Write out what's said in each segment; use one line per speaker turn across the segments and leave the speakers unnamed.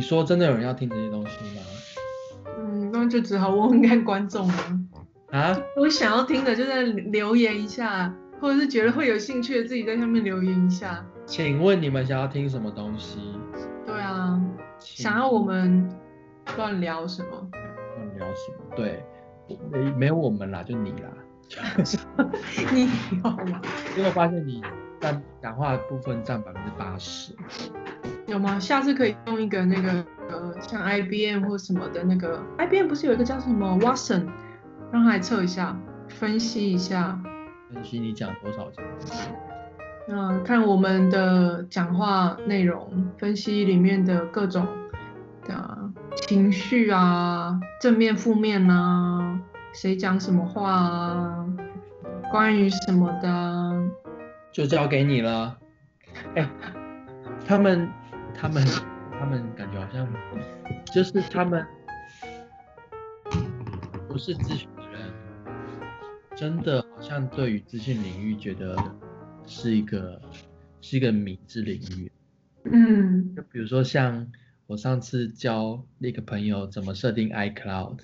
说真的有人要听这些东西吗？
嗯，那就只好问问看观众了。
啊，
我想要听的就在留言一下，或者是觉得会有兴趣的自己在下面留言一下。
请问你们想要听什么东西？
对啊，
请
想要我们乱聊什么？
们聊什么？对，没没有我们啦，就你啦。
你有吗？
因为我发现你占讲话的部分占百分之八十，
有吗？下次可以用一个那个呃，像 IBM 或什么的那个 IBM 不是有一个叫什么 Watson，让他来测一下，分析一下，
分析你讲多少钱？
那、看我们的讲话内容，分析里面的各种的、啊情绪啊，正面负面啊，谁讲什么话啊，关于什么的啊、
就交给你了。哎、他们他们他们感觉好像就是他们不是咨询的人，真的好像对于资讯领域觉得是一个是一个迷之领域。
嗯
就比如说像我上次教那个朋友怎么设定 iCloud，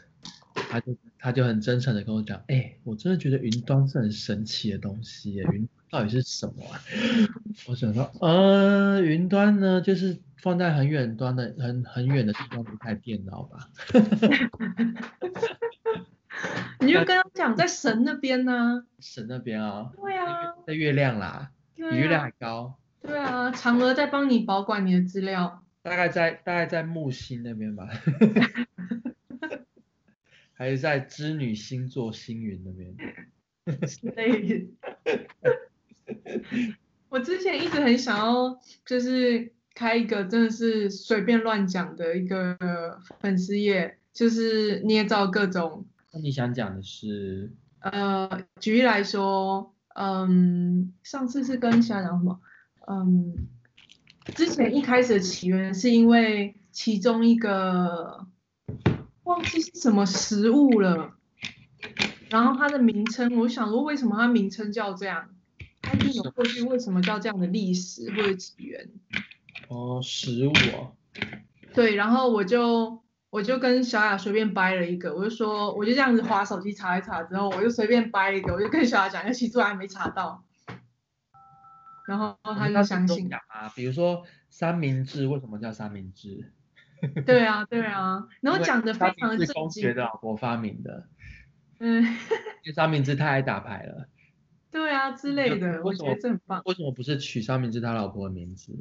他就他就很真诚的跟我讲，哎、我真的觉得云端是很神奇的东西耶，云到底是什么啊？ 我想说，呃，云端呢，就是放在很远端的、很很远的地方的一台电脑吧。
你就跟他讲在神那边呢、
神那边啊，
对啊，
在月亮啦，比月
对
亮
啊
还，高，
对啊，嫦娥在帮你保管你的资料，
大概在大概在木星那边吧， 还是在织女星座星云那边。
对。 我之前一直很想要，就是开一个真的是随便乱讲的一个粉丝页，就是捏造各种，
那你想讲的是，
呃，举例来说，嗯，上次是跟想讲什么？嗯，之前一开始的起源是因为其中一个忘记是什么食物了，然后它的名称，我想说为什么它名称叫这样？它一定有过去为什么叫这样的历史或者起源？
哦，食物哦，
对，然后我就我就跟小雅随便掰了一个，我就说我就这样子划手机查一查之后，我就随便掰了一个，我就跟小雅讲，因为其实我还没查到，然后
嗯
她哦就相信了。
讲啊，比如说三明治为什么叫三明治？
对啊，对啊，然后
因为
讲的非
三
常
明
的
治
震
公爵
惊。
的老婆发明的，
嗯，
因为三明治太爱打牌了，
对啊之类的，我
为什
觉
么
得这很棒。
为什么不是取三明治他老婆的名字？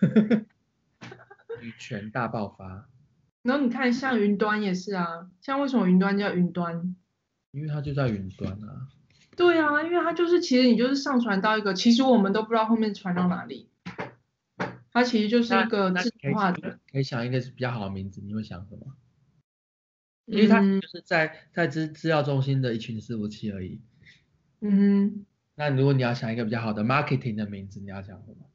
女权大爆发，
然后你看，像云端也是啊，像为什么云端叫云端？
因为它就在云端啊。
对啊，因为它就是其实你就是上传到一个，其实我们都不知道后面传到哪里，它其实 就是一个
那
自
你可
动
以
化
想
的。
可以想一个比较好的名字，你会想什么？因为它
嗯
就是在在资资料中心的一群伺服器而已。
嗯
那如果你要想一个比较好的 marketing 的名字，你要想什么？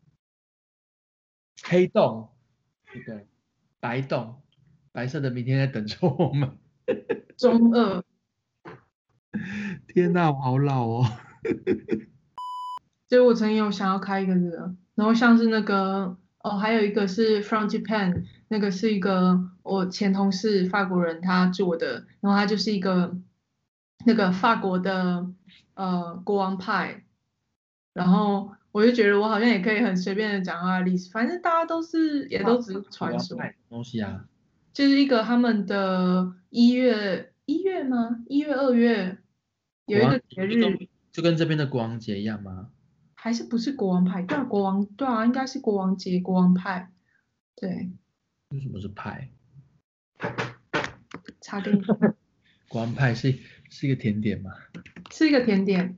黑洞，对不对？白洞，白色的明天在等着我们。
哼，中二，
天哪，我好老哦！
所以我曾经有想要开一个这个，然后像是那个哦，还有一个是 From Japan，那个是一个我前同事法国人他做的，然后他就是一个那个法国的呃国王派，然后我就觉得我好像也可以很随便的讲他的历史，反正大家都是也都只是 传说
我要，卖东西啊，
就是一个他们的一月一月吗？一月二月有一
国
个
王
节
就跟
日。
就跟这边的国王节一样吗？
还是不是国王派？对啊，国王对啊，应该是国王节、国王派。对，
为什么是派？
查给你看，
国王派是是一个甜点吗？
是一个甜点。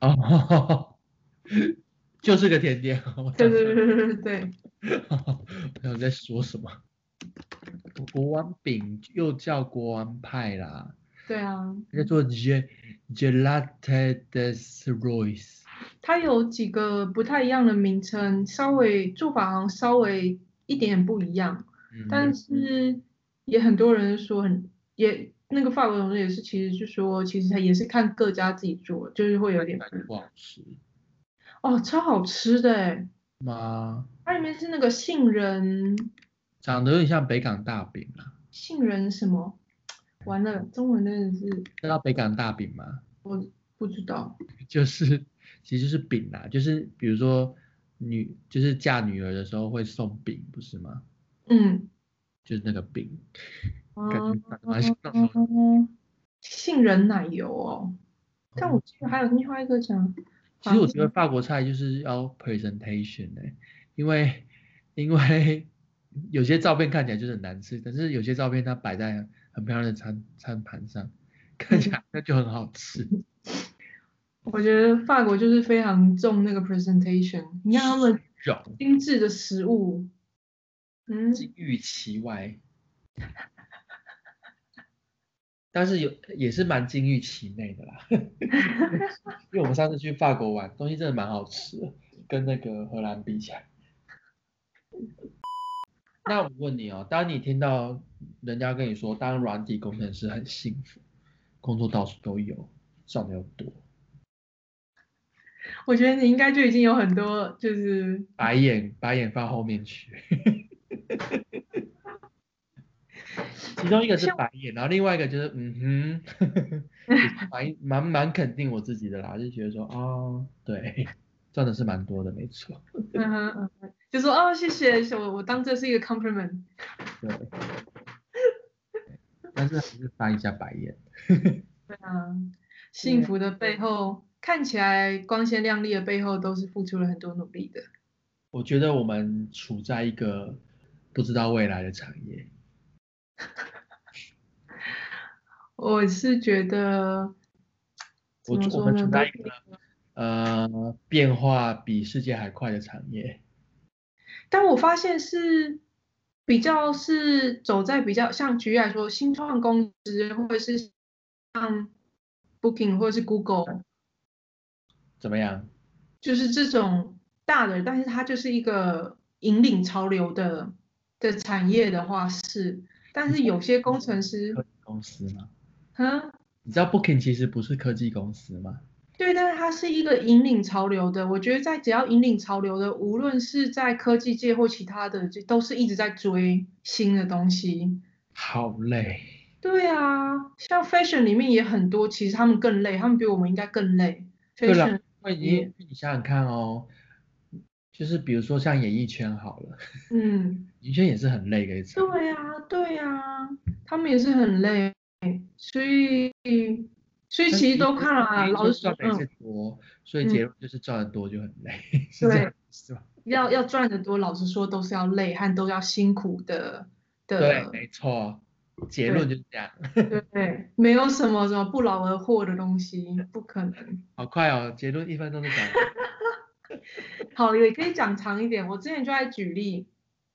哦，就是个甜点。我
对
想
对对对对对，
不知道在说什么。国王饼又叫国王派啦，
对啊，
叫做 Ge Gelate des Rois。
它有几个不太一样的名称，稍微做法好像稍微一点点不一样，
嗯
但是也很多人说很也那个法国同事也是，其实就说其实他也是看各家自己做，就是会有点不一样
不好吃
哦，超好吃的欸，
吗？
它里面是那个杏仁
长得有点像北港大饼啊，
杏仁什么？完了，中文真的是
知道北港大饼吗？
不知道。
就是其实就是饼啦、就是比如说女就是嫁女儿的时候会送饼，不是吗？
嗯，
就是那个饼，
哦
感觉长得蛮像的
杏仁奶油哦。但我记得还有另外一个讲，
其实我
嗯
觉得法国菜就是要 presentation 哎、因为因为有些照片看起来就是很难吃，但是有些照片它摆在很漂亮的餐餐盘上，看起来那就很好吃。
我觉得法国就是非常重那个 presentation。你看他们
有
精致的食物，嗯，
金玉其外，但是有也是蛮金玉其内的啦。 因为我们上次去法国玩，东西真的蛮好吃的，跟那个荷兰比起来。那我问你哦，当你听到人家跟你说当软体工程师很幸福，工作到处都有，赚的又多，
我觉得你应该就已经有很多就是
白眼白眼放后面去。其中一个是白眼，然后另外一个就是嗯哼， 也是蛮蛮蛮肯定我自己的啦，就觉得说哦，对，赚的是蛮多的，没错，
嗯哼嗯哼，就说哦，谢谢，我我当这是一个 compliment。
对。但是还是翻一下白眼，
对啊，幸福的背后，看起来光鲜亮丽的背后，都是付出了很多努力的。
我觉得我们处在一个不知道未来的产业，
我是觉得，怎
我
么
我
说
们
呢
处
都
在一个呃变化比世界还快的产业，
但我发现是比较是走在比较像举例来说，新创公司或者是像 Booking 或者是
嗯
Google，
怎么样？
就是这种大的，但是它就是一个引领潮流的的产业的话是，但是有些工程师，
科技公司吗？
嗯，
你知道 Booking 其实不是科技公司吗？
对，但是它是一个引领潮流的，我觉得在只要引领潮流的，无论是在科技界或其他的，就都是一直在追新的东西。
好累，
对啊，像 fashion 里面也很多，其实他们更累，他们比我们应该更累。
对啦
fashion，
因为你你想想看哦，就是比如说像演艺圈好了，
嗯，
演艺圈也是很累的一场，
对啊，对啊，他们也是很累，所以所以
但
其实
是
都看了、啊，
演艺
老
圈
实说
赚，的也是
嗯，
多，所以
嗯
结论就是赚的多就很累， 是这
对
样是吧？
要要赚得多，老实说都是要累和都要辛苦的
对，
的，
没错，结论就是这样。
对没有什么什么不劳而获的东西，不可能。
好快哦，结论一分钟就 讲完。
好，也可以讲长一点，我之前就在举例，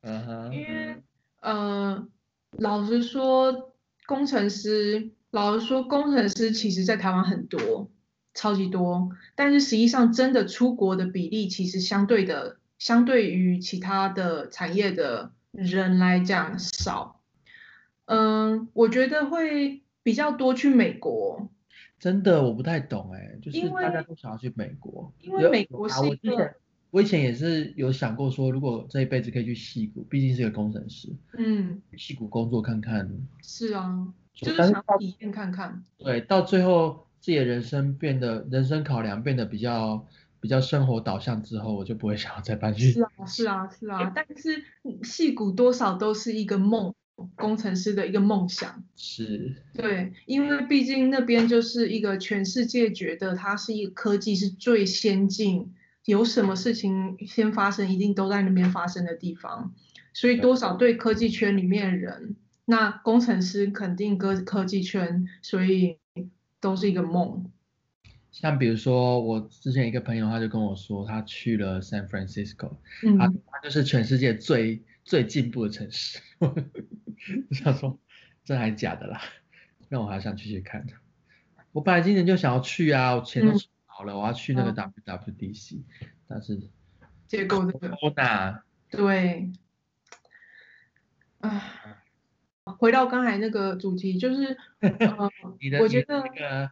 嗯
因
哼，
为呃，老实说，工程师，老实说，工程师其实在台湾很多，超级多，但是实际上真的出国的比例，其实相对的，相对于其他的产业的人来讲少。嗯，我觉得会比较多去美国，
真的我不太懂哎，就是
因为
大家都想要去美国，
因为
有
美
有
国
啊
是
我
一
之前
个
我以前也是有想过说，如果这一辈子可以去戏谷，毕竟是个工程师，
嗯，
去戏谷工作看看。
是啊，就是
但
想
是
要
到嗯
体验看看，
对到最后自己的人生变得人生考量变得比较比较生活导向之后，我就不会想要再搬去。
是啊，是啊，是啊，但是戏骨多少都是一个梦，工程师的一个梦想。
是
对，因为毕竟那边就是一个全世界觉得它是一个科技是最先进，有什么事情先发生，一定都在那边发生的地方，所以多少对科技圈里面的人，那工程师肯定跟科技圈，所以都是一个梦。
像比如说我之前一个朋友，他就跟我说，他去了 San Francisco，它
嗯，
它就是全世界最最进步的城市。 我想说，真还假的啦？那我还想去去看。我本来今年就想要去啊，我钱都
嗯
存好了，我要去那个
嗯
WWDC，、但是
结果这个
o n
对，
嗯
啊，回到刚才那个主题， 就是，呃
你的
我
你
觉
的
得
那个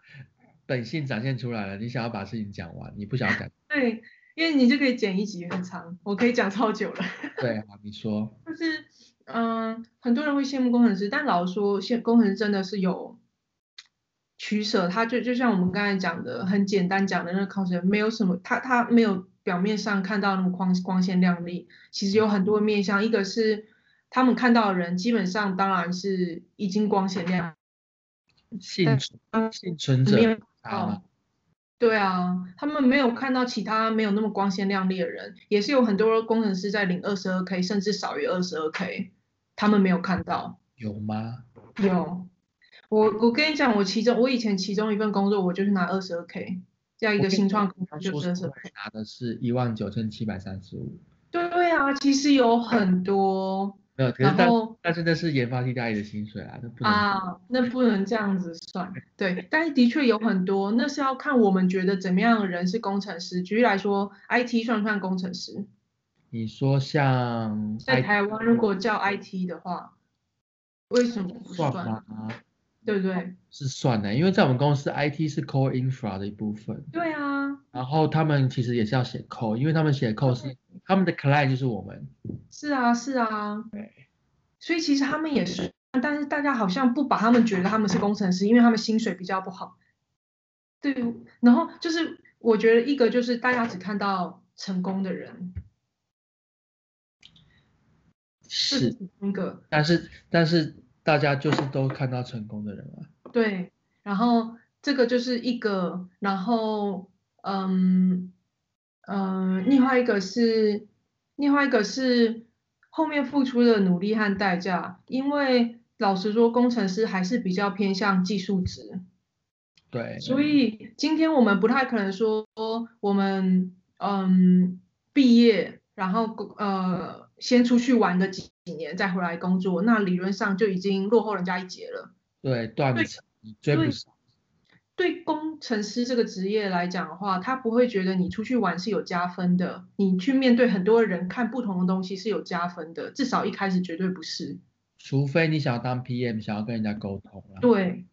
本性展现出来了，你想要把事情讲完，你不想要讲，
对，因为你就可以剪一集很长，我可以讲超久了。
对啊，你说
就是，嗯、嗯，很多人会羡慕工程师，但老实说，现工程师真的是有取舍。他就就像我们刚才讲的，很简单讲的那个 concept，没有什么，他他没有表面上看到那么光光鲜亮丽，其实有很多面向。一个是他们看到的人，基本上当然是已经光鲜亮，
幸存幸存
嗯没有
者差
哦
嘛，，
对啊，他们没有看到其他没有那么光鲜亮丽的人，也是有很多工程师在领二十二 k，甚至少于二十二 k，他们没有看到。
有吗？
有，我我跟你讲，我其中我以前其中一份工作，我就是拿二十二 k，在一
我
个
跟
新
你
创公
他
司就
说
是二十
是
二
拿的是一万九千七百三十五，
对对啊，其实有很多
没有，可是
然
但
后
但是那是研发替代役的薪水啊，那不能。
啊，那不能这样子算，对，但是的确有很多，那是要看我们觉得怎么样的人是工程师。举例来说，IT 算不算工程师？
你说像
在
I-
台湾如果叫 IT 的话，为什么不
算
算？
吗？
对不对？
是算的，因为在我们公司 IT 是 core infra 的一部分，
对啊，
然后他们其实也是要写 code，因为他们写 code 是他们的 client 就是我们，
是啊，是啊，
对，
所以其实他们也是，但是大家好像不把他们觉得他们是工程师，因为他们薪水比较不好。对，然后就是我觉得一个就是大家只看到成功的人，这
是，
其中一个
但是但是大家就是都看到成功的人啊，
对，然后这个就是一个，然后嗯嗯，另外一个是另外一个是后面付出的努力和代价，因为老实说，工程师还是比较偏向技术值。
对，
所以今天我们不太可能说我们嗯毕业，然后工呃先出去玩个几几年再回来工作，那理论上就已经落后人家一截了。
对断
对
层追不
对
上，
对工程师这个职业来讲的话，他不会觉得你出去玩是有加分的，你去面对很多人看不同的东西是有加分的，至少一开始绝对不是。
除非你想要当 PM，想要跟人家沟通啦，
对，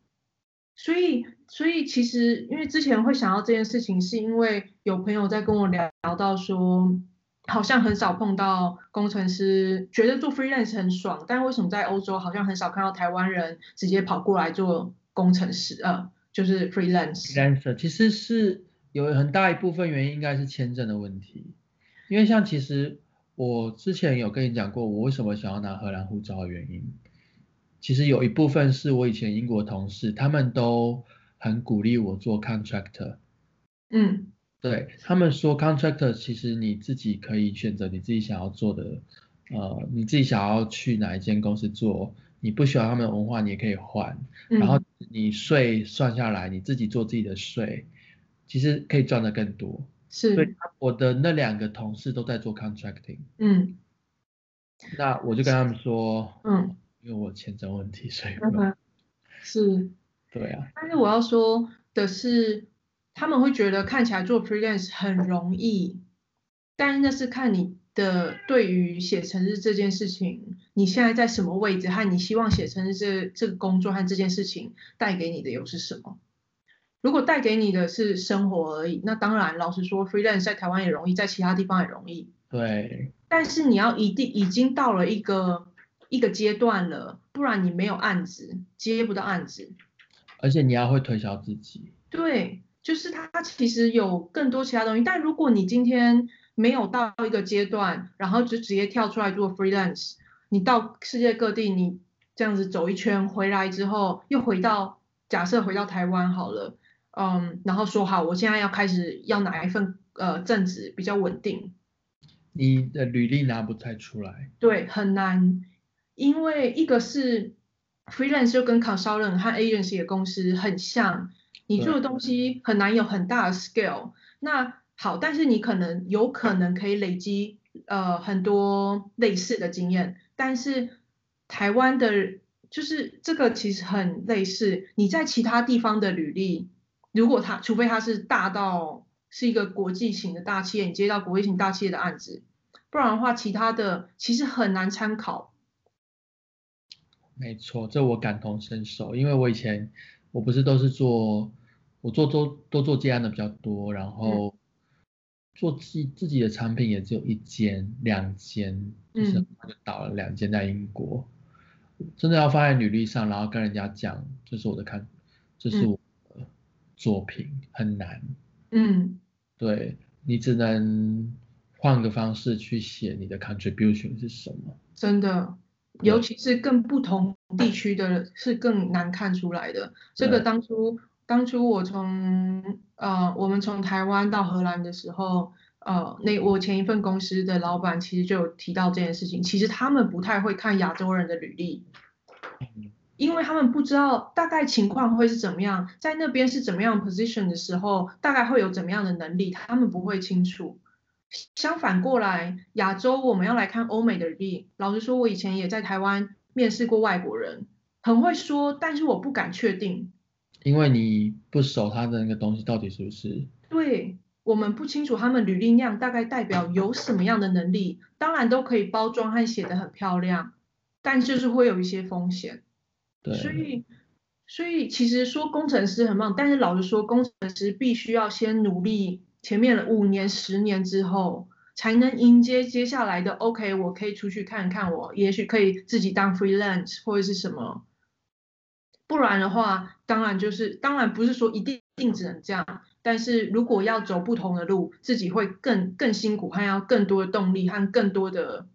所以所以其实因为之前会想到这件事情，是因为有朋友在跟我聊聊到说，好像很少碰到工程师，觉得做 freelance 很爽，但为什么在欧洲好像很少看到台湾人直接跑过来做工程师，呃，就是 freelance。
freelancer 其实是有很大一部分原因应该是签证的问题，因为像其实我之前有跟你讲过，我为什么想要拿荷兰护照的原因，其实有一部分是我以前英国同事，他们都很鼓励我做 contractor，
嗯
对他们说 contractor 其实你自己可以选择你自己想要做的，呃，你自己想要去哪一间公司做，你不喜欢他们的文化你也可以换，
嗯，
然后你税算下来，你自己做自己的税，其实可以赚得更多。所以
是
我的那两个同事都在做 contracting，
嗯
那我就跟他们说，
嗯
因为我签证问题，所以我
嗯是。
对啊，
但是我要说的是，他们会觉得看起来做 freelance 很容易，但是那是看你的对于写程式这件事情，你现在在什么位置，和你希望写程式这这个工作和这件事情带给你的又是什么。如果带给你的是生活而已，那当然，老实说，freelance 在台湾也容易，在其他地方也容易。
对，
但是你要一定已经到了一个一个阶段了，不然你没有案子，接不到案子，
而且你要会推销自己，
对，就是它其实有更多其他东西，但如果你今天没有到一个阶段，然后就直接跳出来做 freelance，你到世界各地，你这样子走一圈回来之后，又回到假设回到台湾好了，嗯，然后说好，我现在要开始要哪一份呃正职比较稳定，
你的履历拿不太出来，
对，很难，因为一个是 freelance 就跟 consultant 和 agency 的公司很像，你
对
做的东西很难有很大的 scale。那好，但是你可能有可能可以累积呃很多类似的经验，但是台湾的，就是这个其实很类似，你在其他地方的履历，如果他除非他是大到是一个国际型的大企业，你接到国际型大企业的案子，不然的话，其他的其实很难参考。
没错，这我感同身受，因为我以前我
嗯
不是都是做，我做都都做接案的比较多，然后做自己自己的产品也只有一间、两间，就是
嗯
就倒了两间在英国，真的要放在履历上，然后跟人家讲，这是我的看，这是
嗯
我的作品，很难。
嗯
对你只能换个方式去写你的 contribution 是什么。
真的，
对
尤其是更不同地区的是更难看出来的。这个
对
当初当初我从呃我们从台湾到荷兰的时候，呃，那我前一份公司的老板其实就有提到这件事情，其实他们不太会看亚洲人的履历。因为他们不知道大概情况会是怎么样，在那边是怎么样 position 的时候，大概会有怎么样的能力，他们不会清楚。相反过来，亚洲我们要来看欧美的履历。老实说，我以前也在台湾面试过外国人，很会说，但是我不敢确定。
因为你不熟他的那个东西到底是不是，
对我们不清楚他们履历量大概代表有什么样的能力，当然都可以包装和写得很漂亮，但就是会有一些风险。所
对，
以，所以其实说工程师很棒，但是老实说，工程师必须要先努力前面的五年、十年之后，才能迎接接下来的 OK，我可以出去看看我，也许可以自己当 freelance 或者是什么。不然的话，当然就是，当然不是说一定一定只能这样，但是如果要走不同的路，自己会更更辛苦，还要更多的动力和更多的，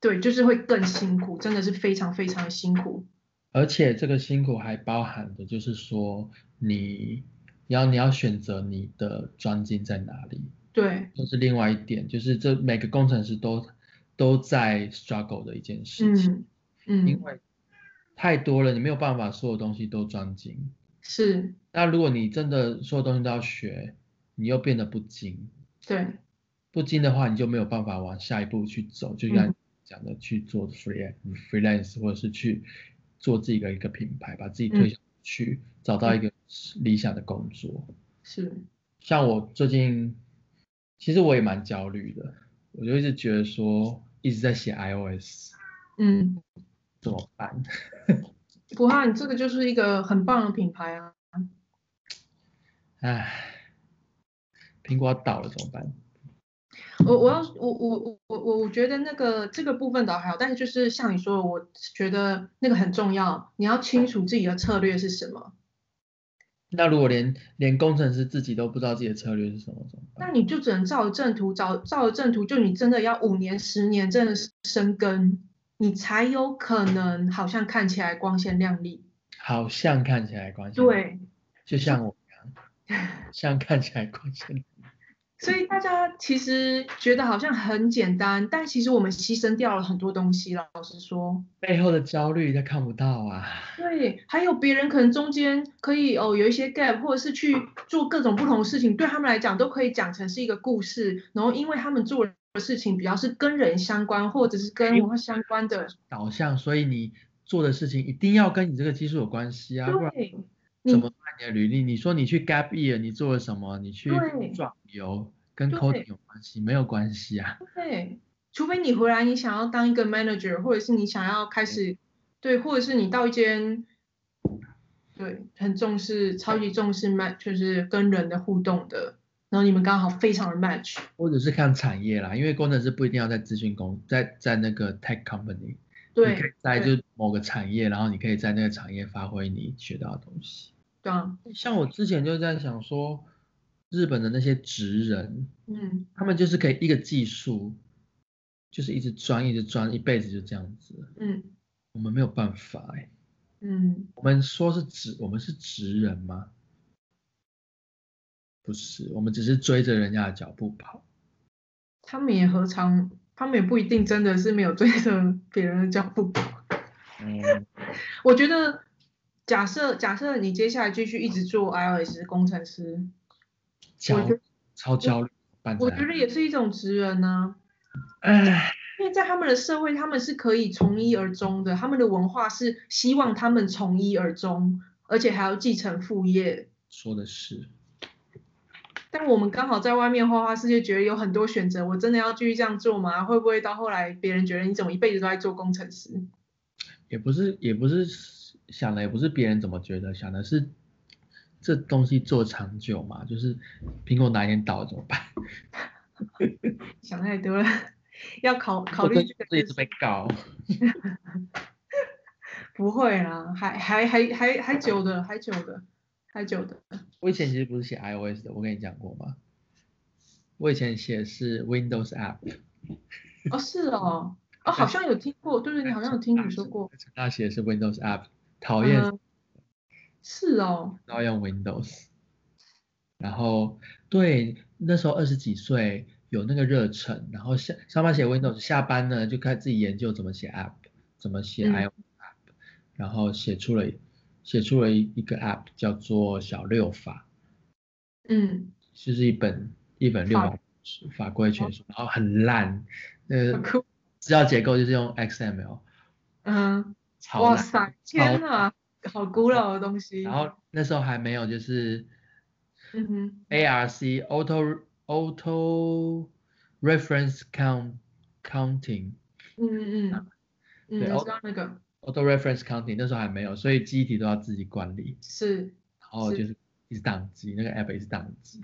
对，就是会更辛苦，真的是非常非常辛苦。
而且这个辛苦还包含的就是说你要你要选择你的专精在哪里，
对，
这是另外一点，就是这每个工程师都都在 struggle 的一件事情，
嗯嗯，
因为太多了，你没有办法所有东西都专精。
是
那如果你真的所有东西都要学，你又变得不精，
对
不精的话，你就没有办法往下一步去走，就像
嗯
讲的去做 free 嗯 freelance 或者是去做自己的一个品牌，把自己推
嗯
向去找到一个理想的工作。
是，
像我最近，其实我也蛮焦虑的，我就一直觉得说一直在写 iOS
嗯，
怎么办？
不怕你这个就是一个很棒的品牌啊，
唉，苹果要倒了怎么办？
我我要我我我我我我觉得那个这个部分倒还好，但是就是像你说的，我觉得那个很重要，你要清楚自己的策略是什么，
那如果连连工程师自己都不知道自己的策略是什么怎么办？
那你就只能照着正途找，照着正途，就你真的要五年十年真的是生根，你才有可能好像看起来光鲜亮丽。
好像看起来关系，，
对，
就像我一样， 像看起来关系，
所以大家其实觉得好像很简单，但其实我们牺牲掉了很多东西啦。老实说，
背后的焦虑他看不到啊。
对，还有别人可能中间可以哦有一些 gap，或者是去做各种不同的事情，对他们来讲都可以讲成是一个故事。然后因为他们做的事情比较是跟人相关，或者是跟文化相关的，
导向，所以你做的事情一定要跟你这个技术有关系啊，不然
对，
怎
你
么办你的履历？你说你去 gap year，你做了什么？你去
对
壮游跟
对
coding 有关系？没有关系啊。
对，除非你回来你想要当一个 manager，或者是你想要开始对，或者是你到一间对很重视、超级重视 match，就是跟人的互动的，然后你们刚好非常的 match，
或者是看产业啦，因为工程师不一定要在咨询公，在在那个 tech company，你可以
对
在
对
就某个产业，然后你可以在那个产业发挥你学到的东西。
对啊，
像我之前就在想说，日本的那些职人，
嗯
他们就是可以一个技术，就是一直钻，一直钻，一辈子就这样子。
嗯
我们没有办法哎、
嗯，
我们说是职，我们是职人吗？不是，我们只是追着人家的脚步跑。
他们也何尝，他们也不一定真的是没有追着 别人的脚步跑。
嗯，
我觉得假设假设你接下来继续一直做 iOS 工程师，
焦
觉得
超焦虑，办
我
在
觉得也是一种职人啊呢、
哎，
因为在他们的社会，他们是可以从一而终的，他们的文化是希望他们从一而终，而且还要继承父业。
说的是，
但我们刚好在外面花花世界，觉得有很多选择，我真的要继续这样做吗？会不会到后来别人觉得你怎么一辈子都在做工程师？
也不是，也不是想的，也不是别人怎么觉得，想的是这东西做长久嘛，就是苹果哪一天倒了怎么办？
想太多了， 要考考
我
虑
真
这个
是一
就
直
是
被告。
不会啦，还还还还还久的，还久的，还久的。
我以前其实不是写 iOS 的，我跟你讲过吗？我以前写的是 Windows App。
哦，是哦，哦，好像有听过，对对，你好像有听你说过。
成大写的是 Windows App，讨厌
嗯是哦，
然后用 Windows，然后对那时候二十几岁有那个热忱，然后下上班写 Windows，下班呢就开始自己研究怎么写 App，怎么写
嗯
iOS App，、然后写出了写出了一一个 App 叫做小六法，
嗯，
就是一本一本六
法哦
法法规全书，然后很烂， 呃
很，酷，
资料结构就是用 XML，
嗯，
超
哇
烂
塞，天哪，好古老的东西。
然后那时候还没有就是
嗯哼，
ARC auto auto reference count counting
嗯嗯嗯，嗯，
对
我
哦
知道那个
auto reference counting 那时候还没有，所以记忆体都要自己管理，
是，
然后
是
就是一直宕机，那个 app 一直宕机。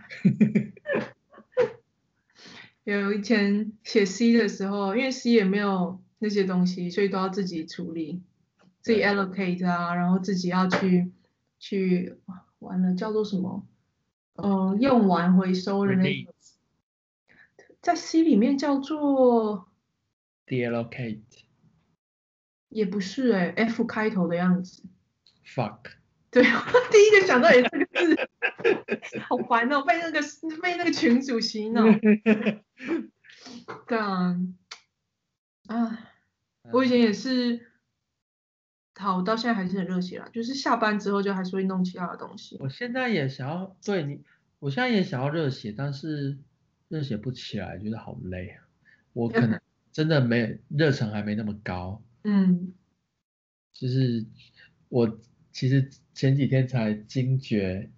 有以前写 C 的时候，因为 C 也没有那些东西，所以都要自己处理，自己
对
allocate 啊，然后自己要去去完了叫做什么？嗯、用完回收的那个，
Release
在 C 里面叫做
deallocate
也不是哎、f 开头的样子。
fuck
对，我第一个想到也是这个字，好烦哦，被那个被那个群主洗脑。对啊，啊。
嗯
我以前也是，好，我到现在还是很热血啦，就是下班之后就还是会弄其他的东西。
我现在也想要对你，我现在也想要热血，但是热血不起来，觉得好累啊。我可 能真的没热忱还没那么高，
嗯
就是我其实前几天才惊觉，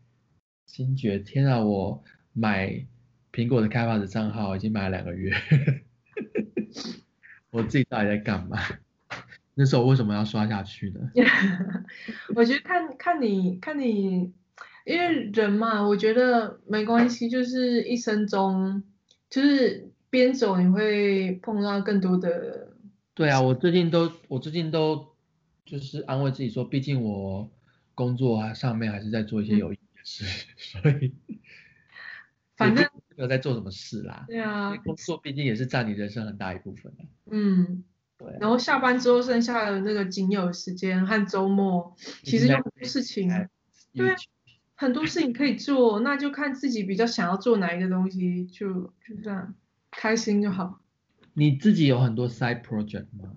惊觉天啊，我买苹果的开发者账号已经买了两个月， 我自己到底在干嘛？那时候为什么要刷下去呢？
我觉得看看你看你，因为人嘛，我觉得没关系，就是一生中，就是边走你会碰到更多的，
对啊，我最近都我最近都就是安慰自己说，毕竟我工作啊上面还是在做一些
嗯
有意义的事， 所以
反正
没有在做什么事啦。
对啊
因为，工作毕竟也是占你人生很大一部分啊
嗯，
对啊
然后下班之后剩下的那个仅有的时间和周末，其实有很多事情。对啊很多事情可以做，那就看自己比较想要做哪一个东西，就就这样，开心就好。
你自己有很多 side project 吗？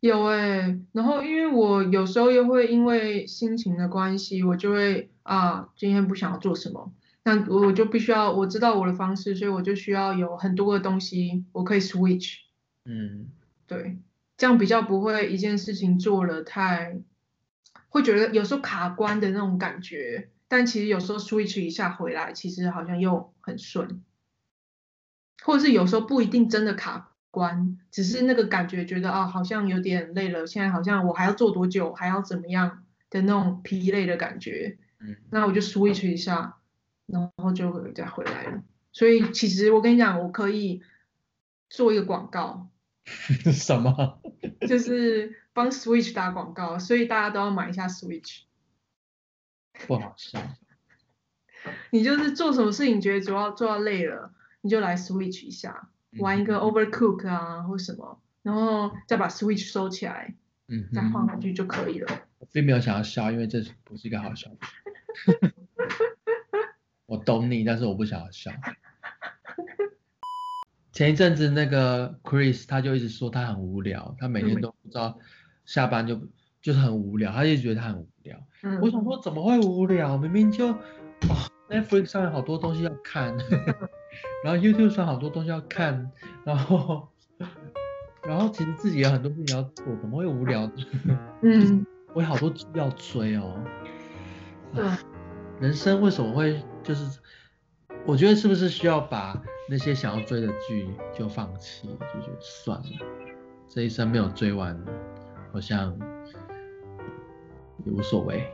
有哎、然后因为我有时候又会因为心情的关系，我就会啊，今天不想要做什么，那我就必须要我知道我的方式，所以我就需要有很多个东西我可以 switch，
嗯，
对，这样比较不会一件事情做了太，会觉得有时候卡关的那种感觉，但其实有时候 switch 一下回来，其实好像又很顺，或者是有时候不一定真的卡关，只是那个感觉觉得啊，好像有点累了，现在好像我还要做多久，还要怎么样的那种疲累的感觉，
嗯，
那我就 switch 一下，然后就会再回来了。所以其实我跟你讲，我可以做一个广告，
什么？
就是帮 Switch 打广告，所以大家都要买一下 Switch。
不好笑。
你就是做什么事情觉得主要做到累了，你就来 Switch 一下，
嗯
玩一个 Overcook 啊或什么，然后再把 Switch 收起来，
嗯
哦再
哼，
换回去就可以了。
我并没有想要笑，因为这不是一个好笑。 我懂你，但是我不想要笑。前一阵子那个 Chris 他就一直说他很无聊，他每天都不知道下班就就是很无聊，他就觉得他很无聊。
嗯，
我想说怎么会无聊？明明就啊、Netflix 上有好多东西要看， 然后 YouTube 上好多东西要看，然后然后其实自己有很多事情要做，怎么会无聊呢？
嗯，
我有好多剧要追哦。
对，
人生为什么会就是？我觉得是不是需要把那些想要追的剧就放弃，就觉得算了，这一生没有追完，好像也无所谓。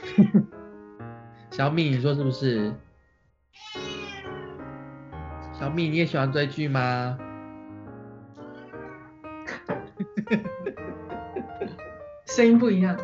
小米，你说是不是？小米，你也喜欢追剧吗？
声音不一样。